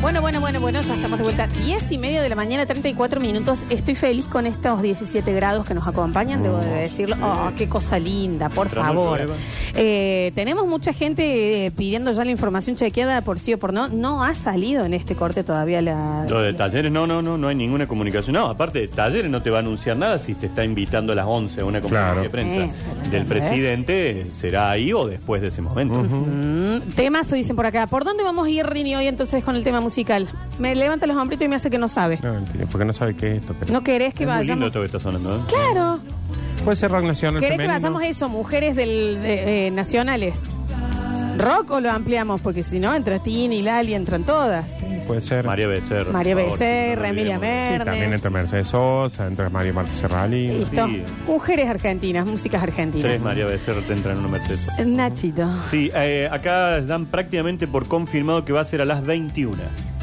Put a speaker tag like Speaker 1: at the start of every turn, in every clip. Speaker 1: Bueno, bueno, bueno, bueno, ya estamos de vuelta. 10 y media de la mañana, 34 minutos. Estoy feliz con estos 17 grados que nos acompañan, debo de decirlo. Oh, qué cosa linda, por
Speaker 2: Entramos
Speaker 1: favor.
Speaker 2: luego.
Speaker 1: Eh, tenemos mucha gente eh, pidiendo ya la información chequeada por sí o por no. No ha salido en este corte todavía la...
Speaker 2: Lo de talleres, no, no, no, no hay ninguna comunicación. No, aparte, talleres no te va a anunciar nada si te está invitando a las 11 a una conferencia
Speaker 3: Claro.
Speaker 2: de prensa.
Speaker 1: Eh,
Speaker 2: Del
Speaker 1: ¿entendés?
Speaker 2: presidente será ahí o después de ese momento.
Speaker 1: Mm, Temas, o dicen por acá. ¿Por dónde vamos a ir, Rini, hoy entonces con el tema musical? Me levanta los hombritos y me hace que no sabe.
Speaker 3: No, mentira, porque no sabe qué es esto. Pero...
Speaker 1: ¿No querés que
Speaker 2: Es muy lindo
Speaker 1: vayamos?
Speaker 2: esto que está sonando. ¿eh?
Speaker 1: Claro.
Speaker 3: Puede ser rock nacional.
Speaker 1: ¿Querés que
Speaker 3: femenino.
Speaker 1: vayamos a eso, mujeres del, de- eh, nacionales? ¿Rock o lo ampliamos? Porque si no, entra Tini y Lali, entran todas.
Speaker 3: Puede ser.
Speaker 2: María Becerra.
Speaker 1: María
Speaker 2: por favor,
Speaker 1: Becerra,
Speaker 2: no
Speaker 1: Emilia
Speaker 2: olvidemos.
Speaker 3: Sí, también
Speaker 1: Mernes.
Speaker 3: entra Mercedes Sosa, entra María Marta Serralí.
Speaker 1: Listo.
Speaker 2: Sí.
Speaker 1: Mujeres argentinas, músicas argentinas.
Speaker 2: Tres María Becerra te entran en una Mercedes.
Speaker 1: Nachito.
Speaker 2: Sí, eh, acá dan prácticamente por confirmado que va a ser a las 21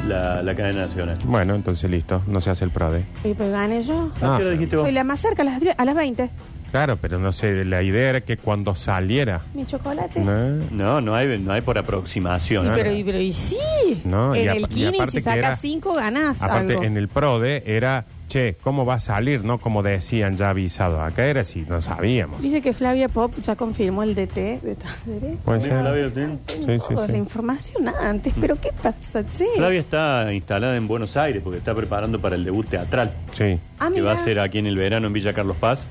Speaker 2: la, la cadena nacional.
Speaker 3: Bueno, entonces listo, no se hace el PRODE.
Speaker 1: ¿Y pues gané yo?
Speaker 2: ¿A
Speaker 3: Ah,
Speaker 2: qué hora dijiste vos?
Speaker 1: Soy la más cerca a las, die- a las 20.
Speaker 3: Claro, pero no sé, la idea era que cuando saliera.
Speaker 1: Mi chocolate.
Speaker 3: ¿no?
Speaker 2: No, no hay, no hay por aproximación.
Speaker 1: Y
Speaker 3: No,
Speaker 1: pero,
Speaker 3: no.
Speaker 1: y, pero y sí.
Speaker 3: No, y
Speaker 1: en
Speaker 3: apa-
Speaker 1: el
Speaker 3: y
Speaker 1: Kini,
Speaker 3: aparte
Speaker 1: si
Speaker 3: que era-
Speaker 1: sacas 5, ganás
Speaker 3: Aparte,
Speaker 1: algo.
Speaker 3: en el PRODE era, che, ¿cómo va a salir? No como decían ya avisado. Acá era así, no sabíamos.
Speaker 1: Dice que Flavia Pop ya confirmó el DT de Talleres.
Speaker 3: Puede ser.
Speaker 2: Flavia, ¿sí?
Speaker 3: Sí, sí,
Speaker 1: Toda la
Speaker 3: sí.
Speaker 1: información antes, pero ¿qué pasa, che?
Speaker 2: Flavia está instalada en Buenos Aires porque está preparando para el debut teatral.
Speaker 3: Sí.
Speaker 1: Ah,
Speaker 2: que va a
Speaker 1: mirá.
Speaker 2: ser aquí en el verano en Villa Carlos Paz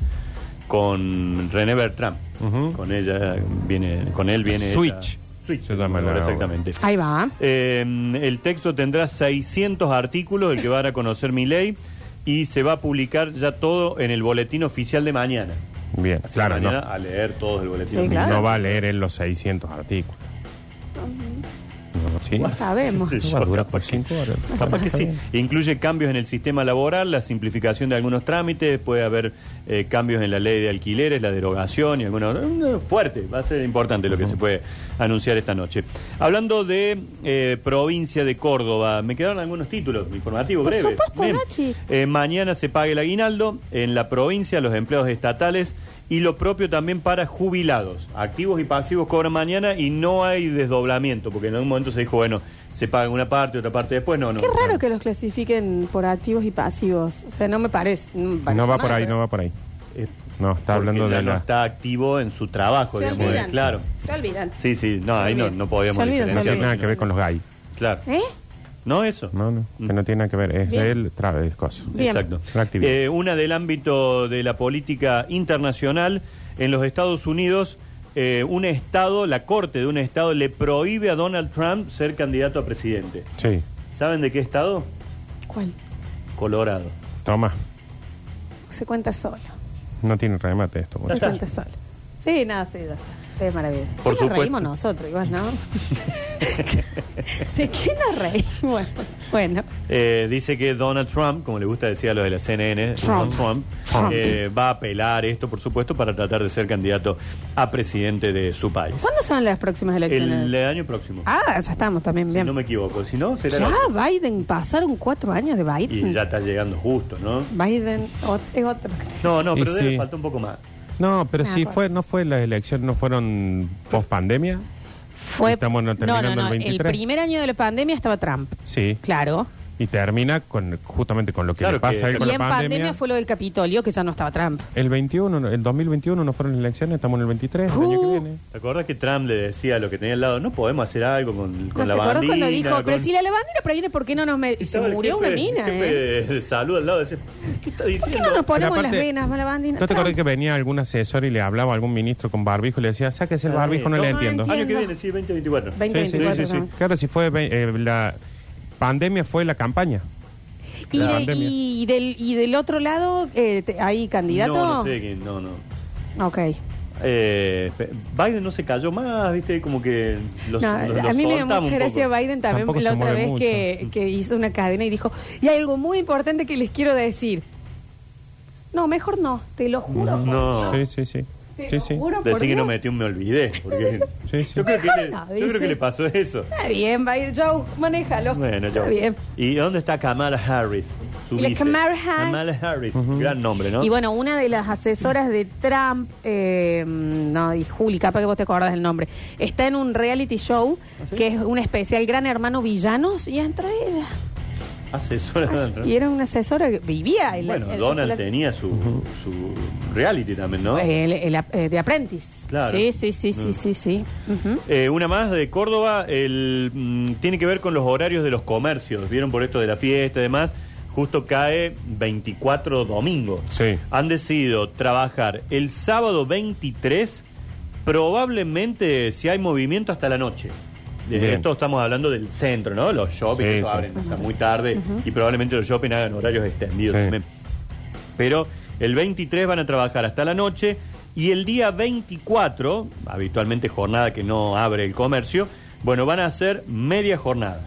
Speaker 2: con René Bertram.
Speaker 3: Ujú.
Speaker 2: Con ella viene, con él viene
Speaker 3: Switch.
Speaker 2: ella. Switch
Speaker 3: Se llama la obra.
Speaker 2: exactamente.
Speaker 1: Ahí va.
Speaker 2: Eh, el texto tendrá 600 artículos, el que va a dar a conocer mi ley, y se va a publicar ya todo en el boletín oficial de mañana.
Speaker 3: Bien,
Speaker 2: Así que
Speaker 3: claro,
Speaker 2: mañana
Speaker 3: no.
Speaker 2: a leer todo el boletín
Speaker 1: Sí,
Speaker 2: oficial.
Speaker 1: claro.
Speaker 3: No va a leer en los 600 artículos. No, sí.
Speaker 1: No sabemos.
Speaker 2: Sí,
Speaker 3: No va a durar
Speaker 2: capaz
Speaker 3: por
Speaker 2: que-
Speaker 3: cinco horas.
Speaker 2: Capaz que sí. Incluye cambios en el sistema laboral, la simplificación de algunos trámites, puede haber eh, cambios en la ley de alquileres, la derogación y algunos... eh, Fuerte, va a ser importante lo que se puede anunciar esta noche. Hablando de eh, provincia de Córdoba, me quedaron algunos títulos informativos
Speaker 1: Por
Speaker 2: breves.
Speaker 1: supuesto,
Speaker 2: Bien.
Speaker 1: Nachi.
Speaker 2: Eh, mañana se paga el aguinaldo en la provincia, los empleados estatales y lo propio también para jubilados. Activos y pasivos cobran mañana y no hay desdoblamiento, porque en algún momento se dijo, bueno, se paga una parte, otra parte después. No, no.
Speaker 1: Qué raro que los clasifiquen por activos y pasivos. O sea, no me parece. No, me parece
Speaker 3: No va
Speaker 1: mal,
Speaker 3: por ahí,
Speaker 1: pero-
Speaker 3: no va por ahí.
Speaker 2: Eh,
Speaker 3: No, está
Speaker 2: porque
Speaker 3: hablando
Speaker 2: ya
Speaker 3: de
Speaker 2: no
Speaker 3: la.
Speaker 2: está activo en su trabajo,
Speaker 1: Se
Speaker 2: digamos,
Speaker 1: olvidan.
Speaker 2: eh, claro.
Speaker 1: Se olvidan.
Speaker 2: Sí, sí, no,
Speaker 1: Se
Speaker 2: ahí no,
Speaker 1: olvidan.
Speaker 2: no podíamos
Speaker 1: Se olvidan, se
Speaker 3: No tiene
Speaker 2: diferenciarlo.
Speaker 1: olvidan.
Speaker 3: nada que ver con los gay.
Speaker 2: Claro.
Speaker 1: ¿Eh?
Speaker 2: No eso.
Speaker 3: No, no, que no tiene nada que ver. Es
Speaker 1: Bien.
Speaker 3: del traves, cosa.
Speaker 1: Bien.
Speaker 2: Exacto.
Speaker 3: Una actividad.
Speaker 2: Eh, una del ámbito de la política internacional. En los Estados Unidos, eh, un Estado, la Corte de un Estado, le prohíbe a Donald Trump ser candidato a presidente.
Speaker 3: Sí,
Speaker 2: ¿Saben de qué Estado?
Speaker 1: ¿Cuál?
Speaker 2: Colorado.
Speaker 3: toma.
Speaker 1: Se cuenta solo.
Speaker 3: No tiene remate esto.
Speaker 1: Se
Speaker 2: Ya está.
Speaker 1: cuenta solo. Sí, nada, sí, ya está. Es maravilloso.
Speaker 2: Por
Speaker 1: ¿Qué nos
Speaker 2: supuesto.
Speaker 1: reímos nosotros, igual, no? ¿De qué nos reímos? Bueno,
Speaker 2: Eh, dice que Donald Trump, como le gusta decir a los de la CNN,
Speaker 1: Trump.
Speaker 2: Donald Trump,
Speaker 1: Trump.
Speaker 2: eh, va a apelar esto, por supuesto, para tratar de ser candidato a presidente de su país.
Speaker 1: ¿cuándo son las próximas elecciones?
Speaker 2: El, eh, año próximo.
Speaker 1: Ah, ya estamos también
Speaker 2: si
Speaker 1: bien.
Speaker 2: no me equivoco. Si no, será. el
Speaker 1: ya
Speaker 2: otro.
Speaker 1: Biden, pasaron cuatro años de Biden.
Speaker 2: Y ya está llegando justo, ¿no?
Speaker 1: Biden ot- es otro.
Speaker 2: No, no,
Speaker 3: Y
Speaker 2: pero debe
Speaker 3: sí.
Speaker 2: faltar un poco más.
Speaker 3: No, pero
Speaker 1: Me
Speaker 3: sí
Speaker 1: acuerdo.
Speaker 3: fue, no fue las elecciones, no fueron post pandemia.
Speaker 1: Fue,
Speaker 3: Estamos no terminando
Speaker 1: no, no,
Speaker 3: el
Speaker 1: no, el
Speaker 3: 23.
Speaker 1: primer año de la pandemia estaba Trump.
Speaker 3: Sí.
Speaker 1: Claro.
Speaker 3: Y termina con justamente con lo que
Speaker 2: Claro
Speaker 3: le pasa
Speaker 2: que-
Speaker 3: a él con
Speaker 1: y
Speaker 3: la
Speaker 1: en pandemia,
Speaker 3: pandemia.
Speaker 1: fue lo del Capitolio, que ya no estaba Trump.
Speaker 3: El 21, no, el 2021 no fueron las elecciones, estamos en el 23, el
Speaker 1: Uh,
Speaker 3: año que viene.
Speaker 2: ¿Te acuerdas que Trump le decía a lo que tenía al lado, no podemos hacer algo con, con
Speaker 1: ¿No
Speaker 2: la
Speaker 1: te acordás
Speaker 2: bandina?
Speaker 1: cuando dijo,
Speaker 2: con-"
Speaker 1: pero si la bandera previene, ¿por qué no nos... me-
Speaker 2: Y
Speaker 1: Y se
Speaker 2: estaba el
Speaker 1: murió
Speaker 2: jefe-
Speaker 1: una mina,
Speaker 2: el
Speaker 1: ¿eh?
Speaker 2: jefe de salud al lado decía, ¿qué está
Speaker 1: ¿Por
Speaker 2: diciendo?
Speaker 1: qué no nos ponemos en las
Speaker 3: aparte,
Speaker 1: venas la bandina?
Speaker 3: ¿No te acordás
Speaker 1: Trump?
Speaker 3: que venía algún asesor y le hablaba a algún ministro con barbijo y le decía, sáquese el barbijo, no le entiendo?
Speaker 1: entiendo.
Speaker 2: Año que viene, sí, 2024.
Speaker 1: 2024
Speaker 2: Sí, sí, sí, sí.
Speaker 1: también.
Speaker 3: Claro, si fue ve- eh, la pandemia fue la campaña.
Speaker 1: Y,
Speaker 3: La
Speaker 1: de-
Speaker 3: pandemia.
Speaker 1: y del, y del otro lado, eh, te- ¿hay candidato?
Speaker 2: No, no sé quién, no, no.
Speaker 1: Ok.
Speaker 2: Eh, pe- Biden no se cayó más, viste, como que los,
Speaker 1: No,
Speaker 2: los-
Speaker 1: a
Speaker 2: los
Speaker 1: mí me dio
Speaker 2: soltamos
Speaker 1: mucha
Speaker 2: un
Speaker 1: gracia
Speaker 2: poco.
Speaker 1: Biden también
Speaker 3: Tampoco
Speaker 1: la
Speaker 3: se
Speaker 1: otra
Speaker 3: mueve
Speaker 1: vez
Speaker 3: mucho.
Speaker 1: que, que hizo una cadena y dijo, y hay algo muy importante que les quiero decir. No, mejor no, te lo juro. por
Speaker 2: No.
Speaker 1: Dios".
Speaker 3: Sí, sí, sí.
Speaker 1: Te
Speaker 3: Sí,
Speaker 1: lo
Speaker 3: sí.
Speaker 1: juro por
Speaker 2: Decir que no
Speaker 1: Dios.
Speaker 2: metí un me olvidé. Porque
Speaker 3: Sí, sí.
Speaker 2: Yo, creo que le,
Speaker 1: Joda,
Speaker 2: yo creo que
Speaker 1: dice.
Speaker 2: le pasó eso.
Speaker 1: Está bien, va, Joe, manéjalo.
Speaker 2: Bueno,
Speaker 1: Está
Speaker 2: yo.
Speaker 1: bien.
Speaker 2: ¿Y dónde está Kamala Harris? Su
Speaker 1: Y la
Speaker 2: vice.
Speaker 1: Kamala Harris.
Speaker 2: Kamala Harris. Gran nombre, ¿no?
Speaker 1: Y bueno, una de las asesoras de Trump, eh, no, y Juli, capaz que vos te acordás del nombre, está en un reality show
Speaker 2: ¿Ah,
Speaker 1: que es un especial Gran Hermano Villanos y entra ella.
Speaker 2: Asesora de Trump.
Speaker 1: Y era una asesora que vivía. en la-
Speaker 2: Bueno,
Speaker 1: en-
Speaker 2: Donald
Speaker 1: en la-
Speaker 2: tenía su, su reality también, ¿no?
Speaker 1: el- el ap- eh, de Apprentice.
Speaker 2: Claro.
Speaker 1: Sí, sí, sí, sí,
Speaker 2: Mm.
Speaker 1: sí, sí. Ujú.
Speaker 2: Eh, una más de Córdoba, el, mm, tiene que ver con los horarios de los comercios. Vieron por esto de la fiesta y demás, justo cae 24 domingo.
Speaker 3: Sí.
Speaker 2: Han decidido trabajar el sábado 23, probablemente si hay movimiento hasta la noche. De
Speaker 3: Bien.
Speaker 2: esto estamos hablando del centro, ¿no? Los shopping
Speaker 3: Sí,
Speaker 2: eso
Speaker 3: sí.
Speaker 2: abren hasta muy tarde y probablemente los shopping hagan horarios extendidos
Speaker 3: Sí.
Speaker 2: también. Pero el 23 van a trabajar hasta la noche y el día 24, habitualmente jornada que no abre el comercio, bueno, van a hacer media jornada.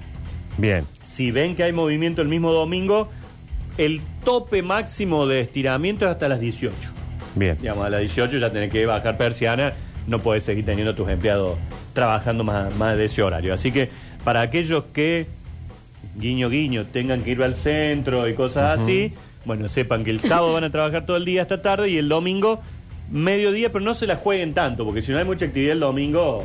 Speaker 3: Bien.
Speaker 2: Si ven que hay movimiento el mismo domingo, el tope máximo de estiramiento es hasta las 18.
Speaker 3: Bien.
Speaker 2: Digamos, a las 18 ya tenés que bajar persiana, no podés seguir teniendo a tus empleados trabajando más, más de ese horario. Así que para aquellos que, guiño, guiño, tengan que ir al centro y cosas así, bueno, sepan que el sábado van a trabajar todo el día hasta tarde y el domingo mediodía, pero no se la jueguen tanto, porque si no hay mucha actividad el domingo,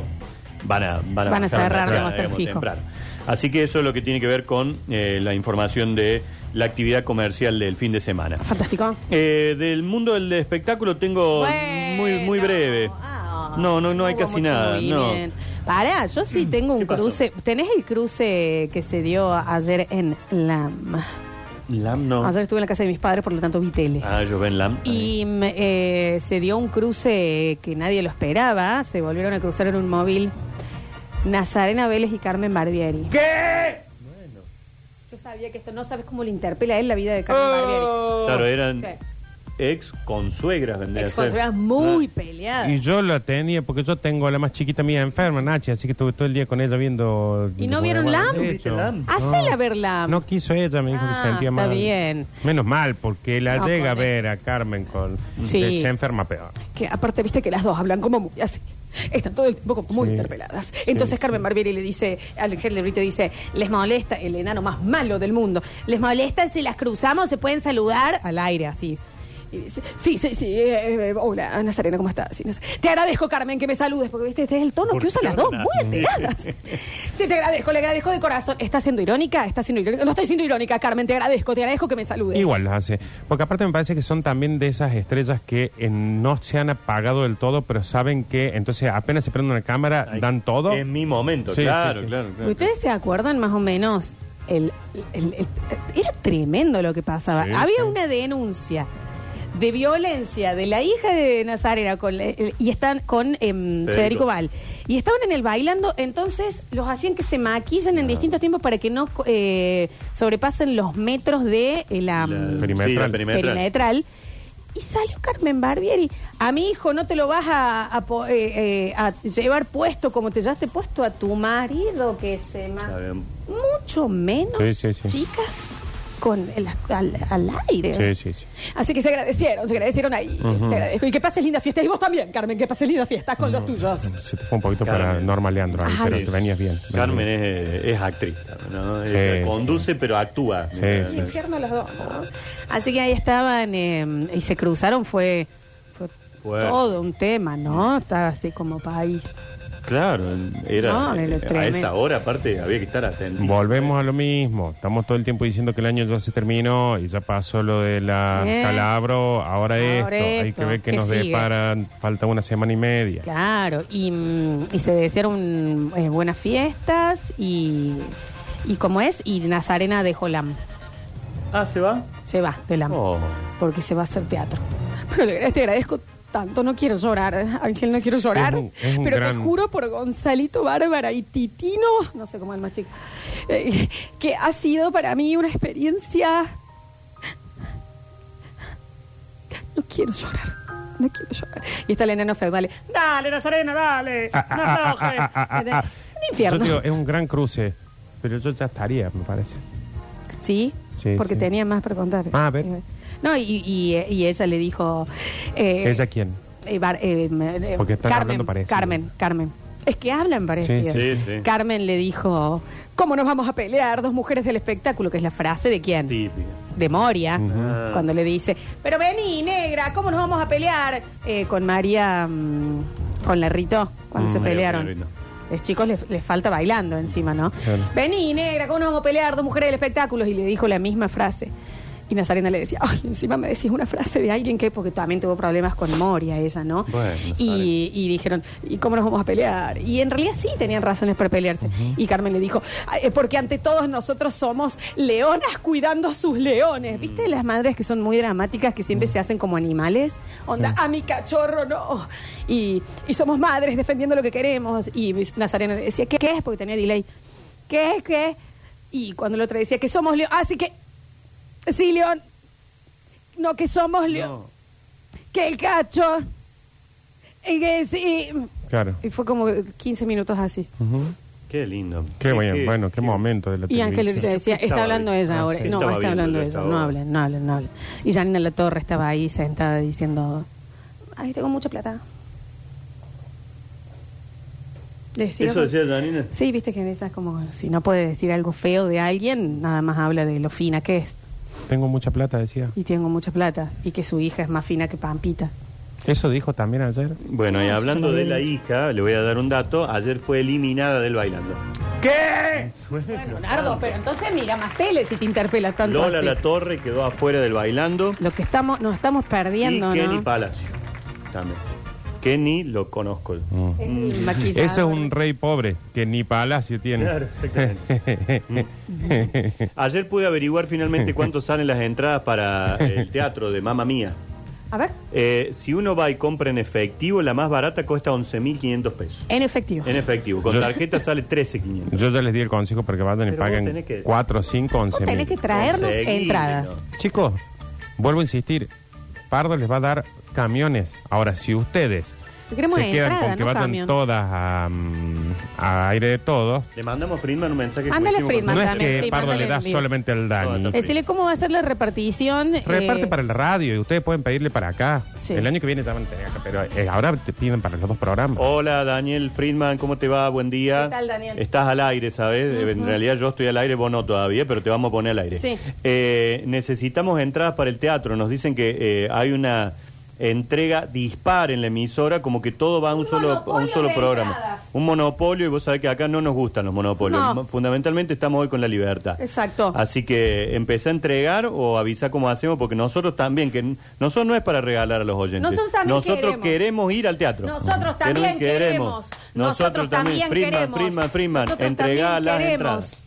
Speaker 2: van a, van a,
Speaker 1: Van a
Speaker 2: bajar
Speaker 1: cerrar,
Speaker 2: temprano,
Speaker 1: digamos, estar
Speaker 2: digamos,
Speaker 1: fijo.
Speaker 2: temprano. Así que eso es lo que tiene que ver con eh, la información de la actividad comercial del fin de semana.
Speaker 1: Fantástico.
Speaker 2: Eh, del mundo del espectáculo tengo
Speaker 1: Bueno,
Speaker 2: Oh, muy muy breve.
Speaker 1: ah,
Speaker 2: no, no, no hay
Speaker 1: hubo
Speaker 2: casi
Speaker 1: mucho
Speaker 2: nada. No. Mm.
Speaker 1: movimiento. Pará, yo sí tengo un
Speaker 2: ¿Qué pasó?
Speaker 1: cruce. ¿Tenés el cruce que se dio ayer en LAM?
Speaker 2: Lam no.
Speaker 1: Ayer estuve en la casa de mis padres, por lo tanto vi tele.
Speaker 2: Ah, yo ven Lam.
Speaker 1: Ah, Y mm, eh, se dio un cruce que nadie lo esperaba. Se volvieron a cruzar en un móvil Nazarena Vélez y Carmen Barbieri.
Speaker 2: ¿Qué?
Speaker 1: Yo sabía que esto no sabes cómo le interpela a él la vida de Carmen
Speaker 3: Oh.
Speaker 2: Claro, eh. eran
Speaker 1: Barbieri.
Speaker 2: ex consuegras, vendría a
Speaker 1: Ex
Speaker 2: ser.
Speaker 1: muy peleadas.
Speaker 3: Y yo la tenía porque yo tengo a la más chiquita mía enferma, Nachi, así que estuve todo el día con ella viendo.
Speaker 1: ¿Y no vieron
Speaker 3: Bueno,
Speaker 1: LAM?
Speaker 3: de
Speaker 2: ¿No viste
Speaker 3: hecho.
Speaker 2: LAM?
Speaker 1: Hacela ver LAM.
Speaker 3: No quiso ella, me dijo
Speaker 1: Ah,
Speaker 3: que sentía
Speaker 1: está
Speaker 3: mal.
Speaker 1: bien.
Speaker 3: Menos mal, porque la
Speaker 1: No,
Speaker 3: llega a
Speaker 1: pobre.
Speaker 3: ver a Carmen con.
Speaker 1: Sí.
Speaker 3: de- Se enferma peor.
Speaker 1: Que aparte, viste que las dos hablan como muy así. Están todo el tiempo como muy
Speaker 3: Sí.
Speaker 1: interpeladas. Entonces
Speaker 3: sí.
Speaker 1: Carmen Barbieri le dice, al Henry Brito dice, les molesta, el enano más malo del mundo, les molesta si las cruzamos, se pueden saludar al aire así. Y dice, sí, sí, sí, eh, eh, hola, Nazarena, ¿cómo estás? Sí, Naz- Te agradezco, Carmen, que me saludes, porque viste, este es el tono
Speaker 2: ¿Por
Speaker 1: que usan
Speaker 2: qué
Speaker 1: las dos,
Speaker 2: ahora
Speaker 1: muy
Speaker 2: nace?
Speaker 1: alteradas. Sí, te agradezco, le agradezco de corazón. ¿Estás siendo irónica? ¿Estás siendo irónica? No estoy siendo irónica, Carmen, te agradezco, te agradezco que me saludes.
Speaker 3: Igual las hace. Porque aparte me parece que son también de esas estrellas que eh, no se han apagado del todo, pero saben que entonces apenas se prende una cámara,
Speaker 2: Ay,
Speaker 3: dan todo.
Speaker 2: En mi momento,
Speaker 3: Sí,
Speaker 2: claro,
Speaker 3: sí, sí.
Speaker 2: claro, claro.
Speaker 1: ¿Ustedes se acuerdan más o menos? El, el- el- era tremendo lo que pasaba.
Speaker 3: Sí,
Speaker 1: Había
Speaker 3: sí.
Speaker 1: una denuncia de violencia de la hija de Nazarena con la- el- y están con em,
Speaker 2: Federico.
Speaker 1: Federico Val y estaban en el bailando entonces los hacían que se maquillen en distintos tiempos para que no eh, sobrepasen los metros de eh, la, mm,
Speaker 3: Perimetral.
Speaker 2: sí, la
Speaker 1: perimetral.
Speaker 2: perimetral.
Speaker 1: Y salió Carmen Barbieri. A mi hijo no te lo vas a, a po- eh, eh, a llevar puesto como te llevaste puesto a tu marido, que se ma-
Speaker 2: Está bien.
Speaker 1: Mucho menos,
Speaker 3: Sí, sí, sí.
Speaker 1: chicas, con el- al, al aire.
Speaker 3: Sí, sí, sí.
Speaker 1: Así que se agradecieron, se agradecieron ahí.
Speaker 3: Ujú.
Speaker 1: Te agradezco. Y que pases lindas fiestas. Y vos también, Carmen, que pases lindas fiestas con los tuyos.
Speaker 3: Se te fue un poquito
Speaker 2: Carmen.
Speaker 3: para Norma Leandro, ahí,
Speaker 1: Ajá.
Speaker 3: pero
Speaker 1: Sí.
Speaker 3: te venías bien.
Speaker 2: Carmen es, eh, es actriz, ¿no?
Speaker 3: Sí,
Speaker 2: Ella
Speaker 3: sí.
Speaker 2: conduce pero actúa.
Speaker 3: Sí,
Speaker 2: Mira,
Speaker 1: Sí,
Speaker 3: sí.
Speaker 1: infierno los dos. ¿no? Así que ahí estaban eh, y se cruzaron. Fue, fue
Speaker 2: Fuerte.
Speaker 1: todo un tema, ¿no? Estaba así como país.
Speaker 2: Claro, era
Speaker 1: No, de lo
Speaker 2: eh, a
Speaker 1: tremendo.
Speaker 2: esa hora aparte había que estar atento.
Speaker 3: Volvemos a lo mismo. Estamos todo el tiempo diciendo que el año ya se terminó y ya pasó lo de la
Speaker 1: Bien.
Speaker 3: calabro. Ahora, esto. Hay
Speaker 1: esto.
Speaker 3: que ver que
Speaker 1: ¿Qué
Speaker 3: nos
Speaker 1: sigue?
Speaker 3: deparan. Falta una semana y media.
Speaker 1: Claro, y, mm, y se desearon eh, buenas fiestas y, y como es, y Nazarena dejó LAM,
Speaker 2: Ah, ¿se va?
Speaker 1: se va de LAM,
Speaker 2: Oh.
Speaker 1: porque se va a hacer teatro. Pero le agra- te agradezco tanto, no quiero llorar, Ángel, no quiero llorar,
Speaker 3: Es un- es un
Speaker 1: pero te
Speaker 3: gran-
Speaker 1: juro por Gonzalito Bárbara y Titino, no sé cómo es el más chico, eh, que ha sido para mí una experiencia... No quiero llorar, no quiero llorar. Y está el enano feudal,
Speaker 4: Dale, Nazarena, dale.
Speaker 3: Ah, ah,
Speaker 4: no
Speaker 3: ah,
Speaker 4: aflojes.
Speaker 3: ah, ah, ah, ah.
Speaker 1: Un infierno.
Speaker 3: Yo digo, es un gran cruce, pero yo ya estaría, me parece.
Speaker 1: Sí,
Speaker 3: Sí,
Speaker 1: porque
Speaker 3: sí.
Speaker 1: tenía más para contar.
Speaker 3: Ah, a ver.
Speaker 1: No, y, y- y ella le dijo... eh,
Speaker 3: ¿Ella quién?
Speaker 1: eh, Bar- eh, eh,
Speaker 3: Porque están
Speaker 1: Carmen,
Speaker 3: hablando parecido.
Speaker 1: Carmen, Carmen. Es que hablan parecido.
Speaker 2: Sí, sí. Sí, sí.
Speaker 1: Carmen le dijo, ¿cómo nos vamos a pelear dos mujeres del espectáculo? Que es la frase de quién?
Speaker 2: Típica.
Speaker 1: de Moria,
Speaker 2: Ujú.
Speaker 1: cuando le dice, pero vení, negra, ¿cómo nos vamos a pelear? Eh, con María, mm, con la Rito, cuando
Speaker 3: Mm,
Speaker 1: se
Speaker 2: María
Speaker 1: pelearon.
Speaker 2: con Larrito.
Speaker 1: Los chicos les, les falta bailando encima, ¿no?
Speaker 3: Claro.
Speaker 1: Vení, negra, ¿cómo nos vamos a pelear? Dos mujeres del espectáculo. Y le dijo la misma frase. Y Nazarena le decía, ay, encima me decís una frase de alguien que, porque también tuvo problemas con Moria ella, ¿no?
Speaker 2: Bueno,
Speaker 1: y,
Speaker 2: Nazarena.
Speaker 1: y dijeron, ¿y cómo nos vamos a pelear? Y en realidad sí tenían razones para pelearse. Y Carmen le dijo, "Ay, eh, porque ante todos nosotros somos leonas cuidando a sus
Speaker 2: Mm.
Speaker 1: leones. ¿Viste las madres que son muy dramáticas, que siempre se hacen como animales? Onda, a mi cachorro no. Y, y somos madres defendiendo lo que queremos. Y Nazarena le decía, ¿qué, qué es? Porque tenía delay. ¿Qué es? ¿Qué es? Y cuando el otro decía, que somos león. Así que, sí, león. No, que somos león.
Speaker 2: No.
Speaker 1: Que el cacho. Y que sí.
Speaker 3: Claro.
Speaker 1: Y fue como 15 minutos así.
Speaker 3: Ujú.
Speaker 2: Qué lindo.
Speaker 3: Qué bueno, bueno, qué, momento de la
Speaker 1: Y Ángel
Speaker 3: televisión.
Speaker 1: Levita decía,
Speaker 2: Yo qué
Speaker 1: está
Speaker 2: estaba
Speaker 1: hablando
Speaker 2: viendo.
Speaker 1: ella
Speaker 2: Ah,
Speaker 1: ahora.
Speaker 2: sí.
Speaker 1: No,
Speaker 2: Estaba
Speaker 1: está hablando
Speaker 2: viéndolo,
Speaker 1: ella.
Speaker 2: estaba
Speaker 1: No
Speaker 2: ahora.
Speaker 1: hablen, no hablen, no hablen. Y Janina La Torre estaba ahí sentada diciendo, ay, tengo mucha plata. Decía-
Speaker 2: Eso decía Janina.
Speaker 1: Sí, viste que ella es como, si no puede decir algo feo de alguien, nada más habla de lo fina que es.
Speaker 3: Tengo mucha plata, decía.
Speaker 1: Y tengo mucha plata. Y que su hija es más fina que Pampita.
Speaker 3: Eso dijo también ayer.
Speaker 2: Bueno, y
Speaker 1: No,
Speaker 2: hablando
Speaker 1: sí,
Speaker 2: de
Speaker 1: sí.
Speaker 2: la hija, le voy a dar un dato. Ayer fue eliminada del bailando.
Speaker 1: Bueno, Nardo, pero entonces mira más tele si te interpela tanto
Speaker 2: Lola
Speaker 1: así.
Speaker 2: La Torre quedó afuera del bailando.
Speaker 1: Lo que estamos, nos estamos
Speaker 2: Y
Speaker 1: perdiendo,
Speaker 2: Kenny
Speaker 1: ¿no?
Speaker 2: Palacio. También. Kenny lo conozco.
Speaker 3: Mm,
Speaker 1: El
Speaker 3: Ese
Speaker 1: maquillador.
Speaker 3: es un rey pobre que ni palacio tiene.
Speaker 2: Claro, exactamente. Mm. Ayer pude averiguar finalmente cuánto salen las entradas para el teatro de Mamma Mía. Eh,
Speaker 1: A ver,
Speaker 2: si uno va y compra en efectivo, la más barata cuesta 11.500 pesos.
Speaker 1: en efectivo.
Speaker 2: En efectivo. Con
Speaker 3: Yo-
Speaker 2: tarjeta sale 13.500.
Speaker 3: Yo ya les di el consejo para que vayan y
Speaker 2: Pero vos
Speaker 3: paguen
Speaker 2: tenés que-
Speaker 3: 4, 5, 11
Speaker 1: Vos tenés que traernos
Speaker 2: Conseguí,
Speaker 1: entradas.
Speaker 2: ¿no?
Speaker 3: Chicos, vuelvo a insistir, Pardo les va a dar camiones. Ahora, si ustedes
Speaker 1: Queremos
Speaker 3: se quedan
Speaker 1: entrada,
Speaker 3: con que
Speaker 1: no
Speaker 3: vayan
Speaker 1: camión.
Speaker 3: todas a, mm, a aire de todos,
Speaker 2: Le mandamos a Friedman un mensaje. que
Speaker 1: Mándale
Speaker 2: hicimos con-
Speaker 1: Friedman
Speaker 3: no es
Speaker 1: también,
Speaker 3: que
Speaker 1: sí,
Speaker 3: Pardo le
Speaker 1: mándale
Speaker 3: da
Speaker 1: en vivo.
Speaker 3: solamente al Dani.
Speaker 2: No, no.
Speaker 1: Decirle cómo va a ser la repartición.
Speaker 3: Reparte
Speaker 1: eh,
Speaker 3: para la radio y ustedes pueden pedirle para acá.
Speaker 1: Sí.
Speaker 3: El año que viene también tenés acá, pero eh, ahora te piden para los dos programas.
Speaker 2: Hola Daniel Friedman, ¿cómo te va? Buen día.
Speaker 1: ¿Qué tal, Daniel?
Speaker 2: Estás al aire, ¿sabes? En realidad yo estoy al aire, vos no todavía, pero te vamos a poner al aire.
Speaker 1: Sí.
Speaker 2: Eh, necesitamos entradas para el teatro. Nos dicen que eh, hay una entrega dispar en la emisora, como que todo va a un,
Speaker 1: Un
Speaker 2: solo, a un
Speaker 1: monopolio
Speaker 2: solo
Speaker 1: de
Speaker 2: programa.
Speaker 1: entradas.
Speaker 2: Un monopolio, y vos sabés que acá no nos gustan los monopolios.
Speaker 1: No.
Speaker 2: Fundamentalmente estamos hoy con la libertad.
Speaker 1: Exacto.
Speaker 2: Así que empecé a entregar o avisa cómo hacemos, porque nosotros también, que n- nosotros no es para regalar a los oyentes.
Speaker 1: Nosotros también
Speaker 2: Nosotros
Speaker 1: queremos.
Speaker 2: queremos ir al teatro.
Speaker 1: Nosotros también queremos. Nosotros también
Speaker 2: Friedman,
Speaker 1: queremos.
Speaker 2: Friedman, Friedman,
Speaker 1: Nosotros
Speaker 2: entregá
Speaker 1: también
Speaker 2: las
Speaker 1: queremos.
Speaker 2: entradas.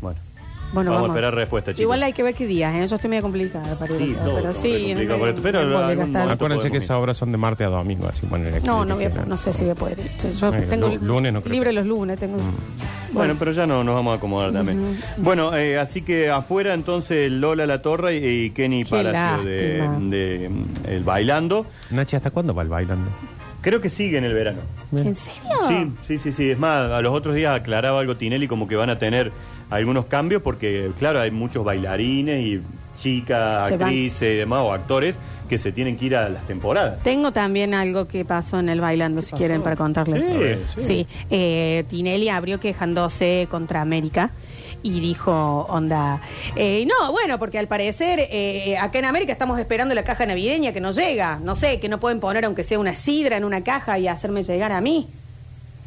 Speaker 2: Bueno,
Speaker 1: Bueno,
Speaker 2: vamos,
Speaker 1: vamos.
Speaker 2: a esperar respuesta, chicos.
Speaker 1: Igual hay que ver qué días, ¿eh? Yo estoy medio complicada para ir
Speaker 2: Sí,
Speaker 1: a hacer,
Speaker 2: todo
Speaker 1: pero
Speaker 2: está
Speaker 1: sí.
Speaker 2: muy complicado
Speaker 1: es
Speaker 2: por esto,
Speaker 1: medio-
Speaker 2: pero algún
Speaker 1: medio
Speaker 2: momento
Speaker 1: gastado.
Speaker 3: Acuérdense que
Speaker 2: podemos ir.
Speaker 3: esas obras son de martes a domingo, así bueno,
Speaker 1: No, no, voy a- no sé si voy a poder ir. Yo- Yo
Speaker 3: Bueno,
Speaker 1: tengo
Speaker 3: lu- lunes no creo. Mm.
Speaker 1: libre los lunes. Tengo...
Speaker 2: Bueno, pero ya no nos vamos a acomodar también. Bueno, eh, así que afuera entonces Lola La Torre y, y Kenny
Speaker 1: Qué
Speaker 2: Palacio de,
Speaker 1: lástima.
Speaker 2: de, mm, el bailando.
Speaker 3: Nachi, ¿hasta cuándo va el bailando?
Speaker 2: Creo que sigue en el verano.
Speaker 1: ¿En serio?
Speaker 2: Sí, sí, sí, sí. Es más, a los otros días aclaraba algo Tinelli como que van a tener algunos cambios porque, claro, hay muchos bailarines y chicas,
Speaker 1: Se van.
Speaker 2: actrices y demás, o actores que se tienen que ir a las temporadas.
Speaker 1: Tengo también algo que pasó en el bailando, si quieren, para contarles.
Speaker 2: Sí,
Speaker 1: Sí,
Speaker 2: sí.
Speaker 1: eh, Tinelli abrió quejándose contra América y dijo, onda, eh, no, bueno, porque al parecer eh, acá en América estamos esperando la caja navideña que no llega, no sé, que no pueden poner aunque sea una sidra en una caja y hacerme llegar a mí.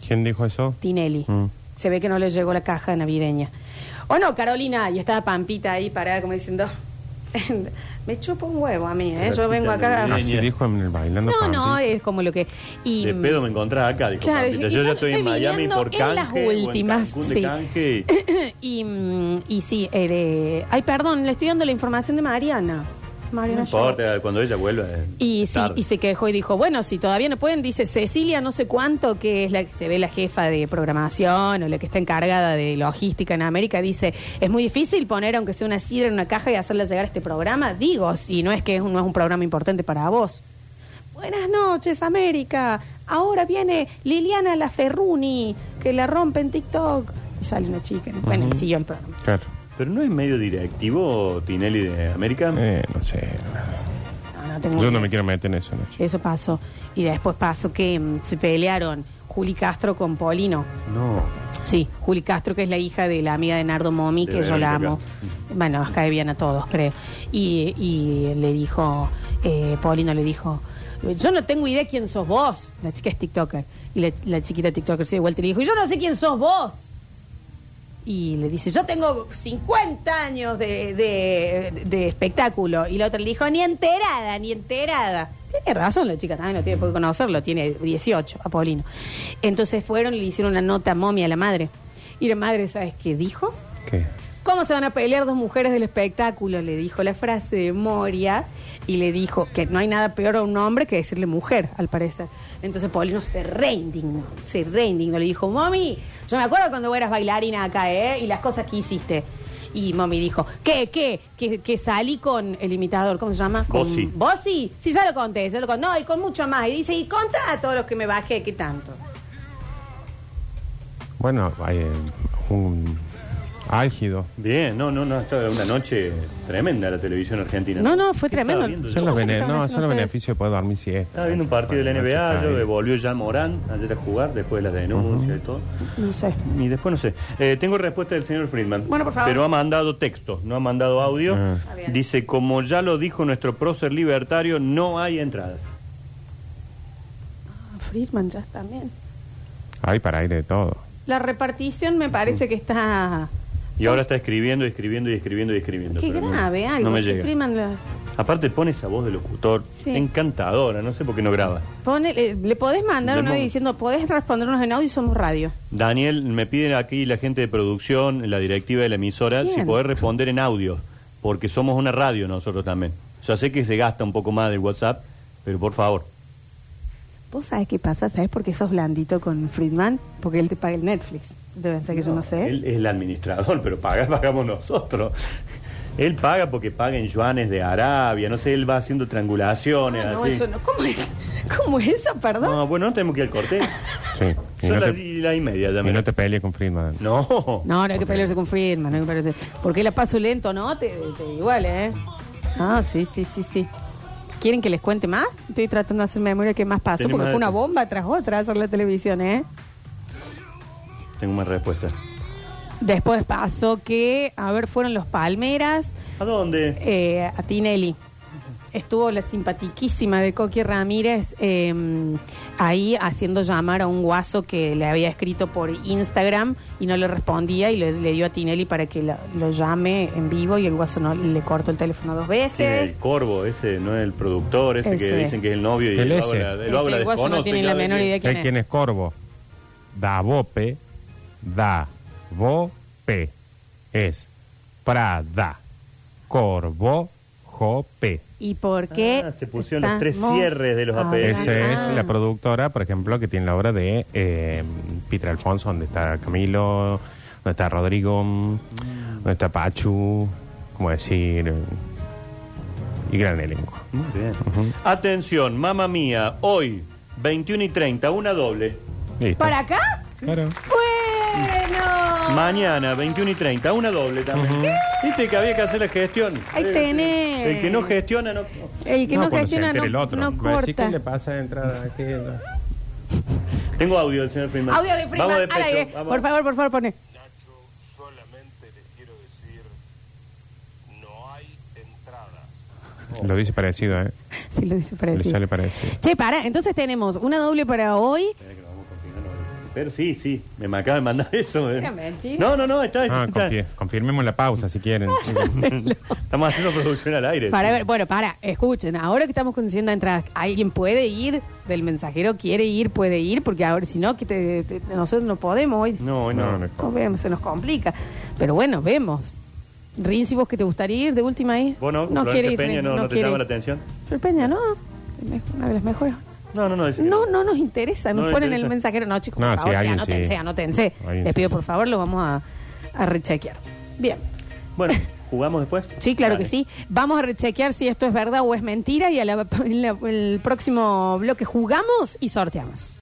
Speaker 3: ¿Quién dijo eso?
Speaker 1: Tinelli.
Speaker 3: Mm.
Speaker 1: Se ve que no le llegó la caja navideña. O no, Carolina, y estaba Pampita ahí parada como diciendo, me chupo un huevo a mí, ¿eh? yo
Speaker 2: Cajita
Speaker 1: vengo acá...
Speaker 2: navideña.
Speaker 3: Así Ah, dijo en el bailando.
Speaker 1: No, no, eh.
Speaker 3: Pampi.
Speaker 1: es como lo que... Y,
Speaker 2: De pedo me encontrás acá, dijo
Speaker 1: Claro,
Speaker 2: Pampita.
Speaker 1: y
Speaker 2: Yo
Speaker 1: yo
Speaker 2: ya estoy, en
Speaker 1: estoy
Speaker 2: Miami
Speaker 1: viviendo
Speaker 2: por
Speaker 1: en
Speaker 2: canje.
Speaker 1: las
Speaker 2: o en
Speaker 1: últimas,
Speaker 2: Cancún de
Speaker 1: sí.
Speaker 2: canje.
Speaker 1: y, mm, y sí, eh, ay, perdón, le estoy dando la información de Mariana.
Speaker 2: No
Speaker 1: Mariana Schwartz.
Speaker 2: importa, cuando ella vuelva. eh,
Speaker 1: y sí,
Speaker 2: tarde.
Speaker 1: y se quejó y dijo, bueno, si todavía no pueden, dice Cecilia, no sé cuánto, que es la que se ve la jefa de programación o la que está encargada de logística en América, dice, es muy difícil poner aunque sea una sidra en una caja y hacerla llegar a este programa. Digo, si no es que es un- no es un programa importante para vos. Buenas noches, América. Ahora viene Liliana La Ferruni, que la rompe en TikTok. Y sale una chica. Bueno, y siguió el programa.
Speaker 3: Claro.
Speaker 2: Pero no es medio directivo Tinelli de América.
Speaker 3: Eh, no sé.
Speaker 1: No, no, no tengo
Speaker 3: Yo
Speaker 1: idea.
Speaker 3: no me quiero meter en eso, Nacho.
Speaker 1: Eso pasó. Y después pasó que mm, se pelearon Juli Castro con Polino.
Speaker 2: No.
Speaker 1: Sí, Juli Castro, que es la hija de la amiga de Nardo Momi,
Speaker 2: De
Speaker 1: que yo la
Speaker 2: Verónica
Speaker 1: amo. Bueno, nos cae bien a todos, creo. Y, y le dijo, eh, Paulino le dijo, yo no tengo idea quién sos vos. La chica es TikToker. Y la, la chiquita TikToker se dio vuelta y le dijo, yo no sé quién sos vos. Y le dice, yo tengo 50 años de, de- de espectáculo. Y la otra le dijo, ni enterada, ni enterada. Tiene razón la chica, también no tiene por qué conocerlo, tiene 18, Apolino. Entonces fueron y le hicieron una nota momia a la madre. Y la madre, ¿sabes qué dijo?
Speaker 3: ¿Qué?
Speaker 1: ¿Cómo se van a pelear dos mujeres del espectáculo? Le dijo la frase de Moria y le dijo que no hay nada peor a un hombre que decirle mujer, al parecer. Entonces Paulino se reindignó, se reindignó. Le dijo, mami, yo me acuerdo cuando vos eras bailarina acá, ¿eh? Y las cosas que hiciste. Y mami dijo, ¿qué, qué? Que, que salí con el imitador, ¿cómo se llama? Con
Speaker 2: Bossi.
Speaker 1: Bossi. Sí, ya lo conté, ya lo conté. No, y con mucho más. Y dice, y conta a todos los que me bajé, ¿qué tanto?
Speaker 3: Bueno, hay eh, un álgido.
Speaker 2: Bien, no, no, no, estaba una noche tremenda la televisión argentina.
Speaker 1: No, no, fue
Speaker 2: ¿Qué estaba
Speaker 1: tremendo.
Speaker 2: viendo yo?
Speaker 3: Son los,
Speaker 1: sé qué
Speaker 3: bene-
Speaker 1: estaban
Speaker 3: no,
Speaker 1: haciendo
Speaker 3: son los
Speaker 1: ustedes.
Speaker 3: beneficios de poder dormir siesta.
Speaker 2: Estaba viendo un partido de la NBA, yo volvió ya Morán ayer a jugar después de las denuncias y todo.
Speaker 1: No sé.
Speaker 2: Y después no sé. Eh, tengo respuesta del señor Friedman.
Speaker 1: Bueno, por favor.
Speaker 2: Pero ha mandado texto, no ha mandado audio.
Speaker 3: Ah.
Speaker 1: Está bien.
Speaker 2: Dice, como ya lo dijo nuestro prócer libertario, no hay entradas.
Speaker 1: Friedman ya también.
Speaker 3: Hay para aire de todo.
Speaker 1: La repartición me parece que está.
Speaker 2: Y ahora está escribiendo, y escribiendo, y escribiendo, y escribiendo.
Speaker 1: Qué
Speaker 2: pero no-
Speaker 1: grave,
Speaker 2: no,
Speaker 1: algo.
Speaker 2: me
Speaker 1: sí,
Speaker 2: llega.
Speaker 1: Friedman la-
Speaker 2: Aparte pone esa voz de locutor,
Speaker 1: Sí.
Speaker 2: encantadora, no sé por qué no graba.
Speaker 1: pone- le, le podés mandar
Speaker 2: Le
Speaker 1: un audio
Speaker 2: pongo.
Speaker 1: diciendo, podés respondernos en audio y somos radio.
Speaker 2: Daniel, me piden aquí la gente de producción, la directiva de la emisora,
Speaker 1: Bien.
Speaker 2: si poder responder en audio, porque somos una radio nosotros también. Ya sé que se gasta un poco más del WhatsApp, pero por favor.
Speaker 1: ¿Vos sabés qué pasa? ¿Sabés por qué sos blandito con Friedman? Porque él te paga el Netflix. Deben ser que yo no sé. Ah,
Speaker 2: Él es el administrador, pero pagar pagamos nosotros. Él paga porque paga en yuanes de Arabia, no sé, él va haciendo
Speaker 1: Ah,
Speaker 2: triangulaciones.
Speaker 1: no,
Speaker 2: así.
Speaker 1: eso no. ¿Cómo es? ¿Cómo es eso? Perdón.
Speaker 2: No, bueno, no tenemos que ir al corte.
Speaker 3: Sí. Y
Speaker 2: Son
Speaker 3: no,
Speaker 2: las
Speaker 3: te,
Speaker 2: y la y media ya
Speaker 3: y
Speaker 2: me-
Speaker 3: no te pelees con Friedman.
Speaker 2: No.
Speaker 1: No, no hay que pelearse con Friedman, no hay que pelearse. Porque la paso lento, ¿no? Te, te igual, ¿eh? Ah, sí, sí, sí, sí. ¿Quieren que les cuente más? Estoy tratando de hacer memoria que más pasó,
Speaker 2: Tenés
Speaker 1: porque
Speaker 2: más
Speaker 1: fue una
Speaker 2: datos.
Speaker 1: bomba tras otra sobre la televisión, ¿eh?
Speaker 2: Tengo más respuestas.
Speaker 1: Después pasó que, a ver, fueron los Palmeras
Speaker 2: ¿A dónde?
Speaker 1: eh, a Tinelli. Estuvo la simpatiquísima de Coqui Ramírez eh, ahí haciendo llamar a un guaso que le había escrito por Instagram y no le respondía y le, le dio a Tinelli para que la- lo llame en vivo y el guaso no le cortó el teléfono dos
Speaker 2: Tiene
Speaker 1: veces.
Speaker 2: el corvo, ese no es el productor, ese, que
Speaker 1: Ese.
Speaker 2: dicen que es el novio y
Speaker 3: El
Speaker 2: lo
Speaker 3: ese.
Speaker 2: habla,
Speaker 1: Ese,
Speaker 2: lo habla
Speaker 1: el guaso no
Speaker 2: desconoce
Speaker 1: tiene la
Speaker 2: cada
Speaker 1: menor
Speaker 2: que-
Speaker 1: idea
Speaker 3: ¿Quién,
Speaker 1: quién es.
Speaker 3: ¿Quién es Corvo? Davope, Davope. Es Prada, Corvo, Jope.
Speaker 1: ¿Y por qué?
Speaker 2: Ah, se pusieron los tres
Speaker 1: estamos
Speaker 2: cierres de los APS.
Speaker 1: hablando?
Speaker 3: Esa es
Speaker 1: Ah.
Speaker 3: la productora, por ejemplo, que tiene la obra de eh, Peter Alfonso, donde está Camilo, donde está Rodrigo, donde está Pachu, como decir, y gran elenco.
Speaker 2: Muy bien. Atención, mamá mía, hoy, 21 y 30, una doble.
Speaker 3: Listo.
Speaker 1: ¿Para acá?
Speaker 3: Claro.
Speaker 1: Bueno.
Speaker 2: Mañana, 21 y 30, una doble también. Viste que había que hacer la gestión.
Speaker 1: Ahí
Speaker 2: Eh,
Speaker 1: tenés.
Speaker 2: El que no gestiona, no.
Speaker 1: El que no,
Speaker 3: cuando se
Speaker 1: gestiona
Speaker 3: entere
Speaker 1: no,
Speaker 3: el otro.
Speaker 1: no
Speaker 3: Va a decir,
Speaker 1: corta.
Speaker 3: ¿qué le pasa de entrada a aquella?
Speaker 2: Tengo audio del señor Freeman.
Speaker 1: Audio de Freeman
Speaker 2: Vamos de
Speaker 1: al
Speaker 2: pecho,
Speaker 1: aire.
Speaker 2: vamos.
Speaker 1: Por favor, por favor, pone.
Speaker 5: Nacho, solamente les quiero decir, no hay entradas.
Speaker 3: Lo dice parecido, ¿eh?
Speaker 1: Sí, lo dice
Speaker 3: Le
Speaker 1: parecido.
Speaker 3: sale parecido.
Speaker 1: Che, para, entonces tenemos una doble para hoy.
Speaker 2: Espera que lo vamos confirmando. Pero sí, sí, me me acaba de mandar eso. eh.
Speaker 1: Era mentira.
Speaker 2: No, no, no, está,
Speaker 3: Ah,
Speaker 2: está-
Speaker 3: confie- confirmemos la pausa si quieren.
Speaker 2: estamos haciendo producción al aire.
Speaker 1: Para ver, bueno, para, escuchen, ahora que estamos consiguiendo entradas, ¿alguien puede ir? ¿Del mensajero quiere ir? ¿Puede ir? Porque ahora, si no, que te- te- nosotros no podemos hoy.
Speaker 2: No, hoy no.
Speaker 3: No, no.
Speaker 1: No vemos, se nos complica. Pero bueno, vemos. Rin, si vos que te gustaría ir de última ahí.
Speaker 2: ¿Vos no? Florencia Peña,
Speaker 1: Rin,
Speaker 2: no, no te
Speaker 1: quiere
Speaker 2: llama la
Speaker 1: ir.
Speaker 2: atención?
Speaker 1: Pero Peña, no. Una de las mejores.
Speaker 2: No, no, no. dice que
Speaker 1: No, no nos interesa. Nos
Speaker 2: No nos
Speaker 1: ponen
Speaker 2: interesa.
Speaker 1: el mensajero. No, chicos,
Speaker 3: No,
Speaker 1: por
Speaker 3: sí,
Speaker 1: favor,
Speaker 3: alguien
Speaker 1: anótense,
Speaker 3: sí.
Speaker 1: anótense.
Speaker 3: Alguien
Speaker 1: Les
Speaker 3: sí.
Speaker 1: pido, por favor, lo vamos a, a rechequear. Bien.
Speaker 2: Bueno, ¿jugamos después?
Speaker 1: Sí, claro
Speaker 2: Dale.
Speaker 1: que sí. Vamos a rechequear si esto es verdad o es mentira y a la- en la- el próximo bloque jugamos y sorteamos.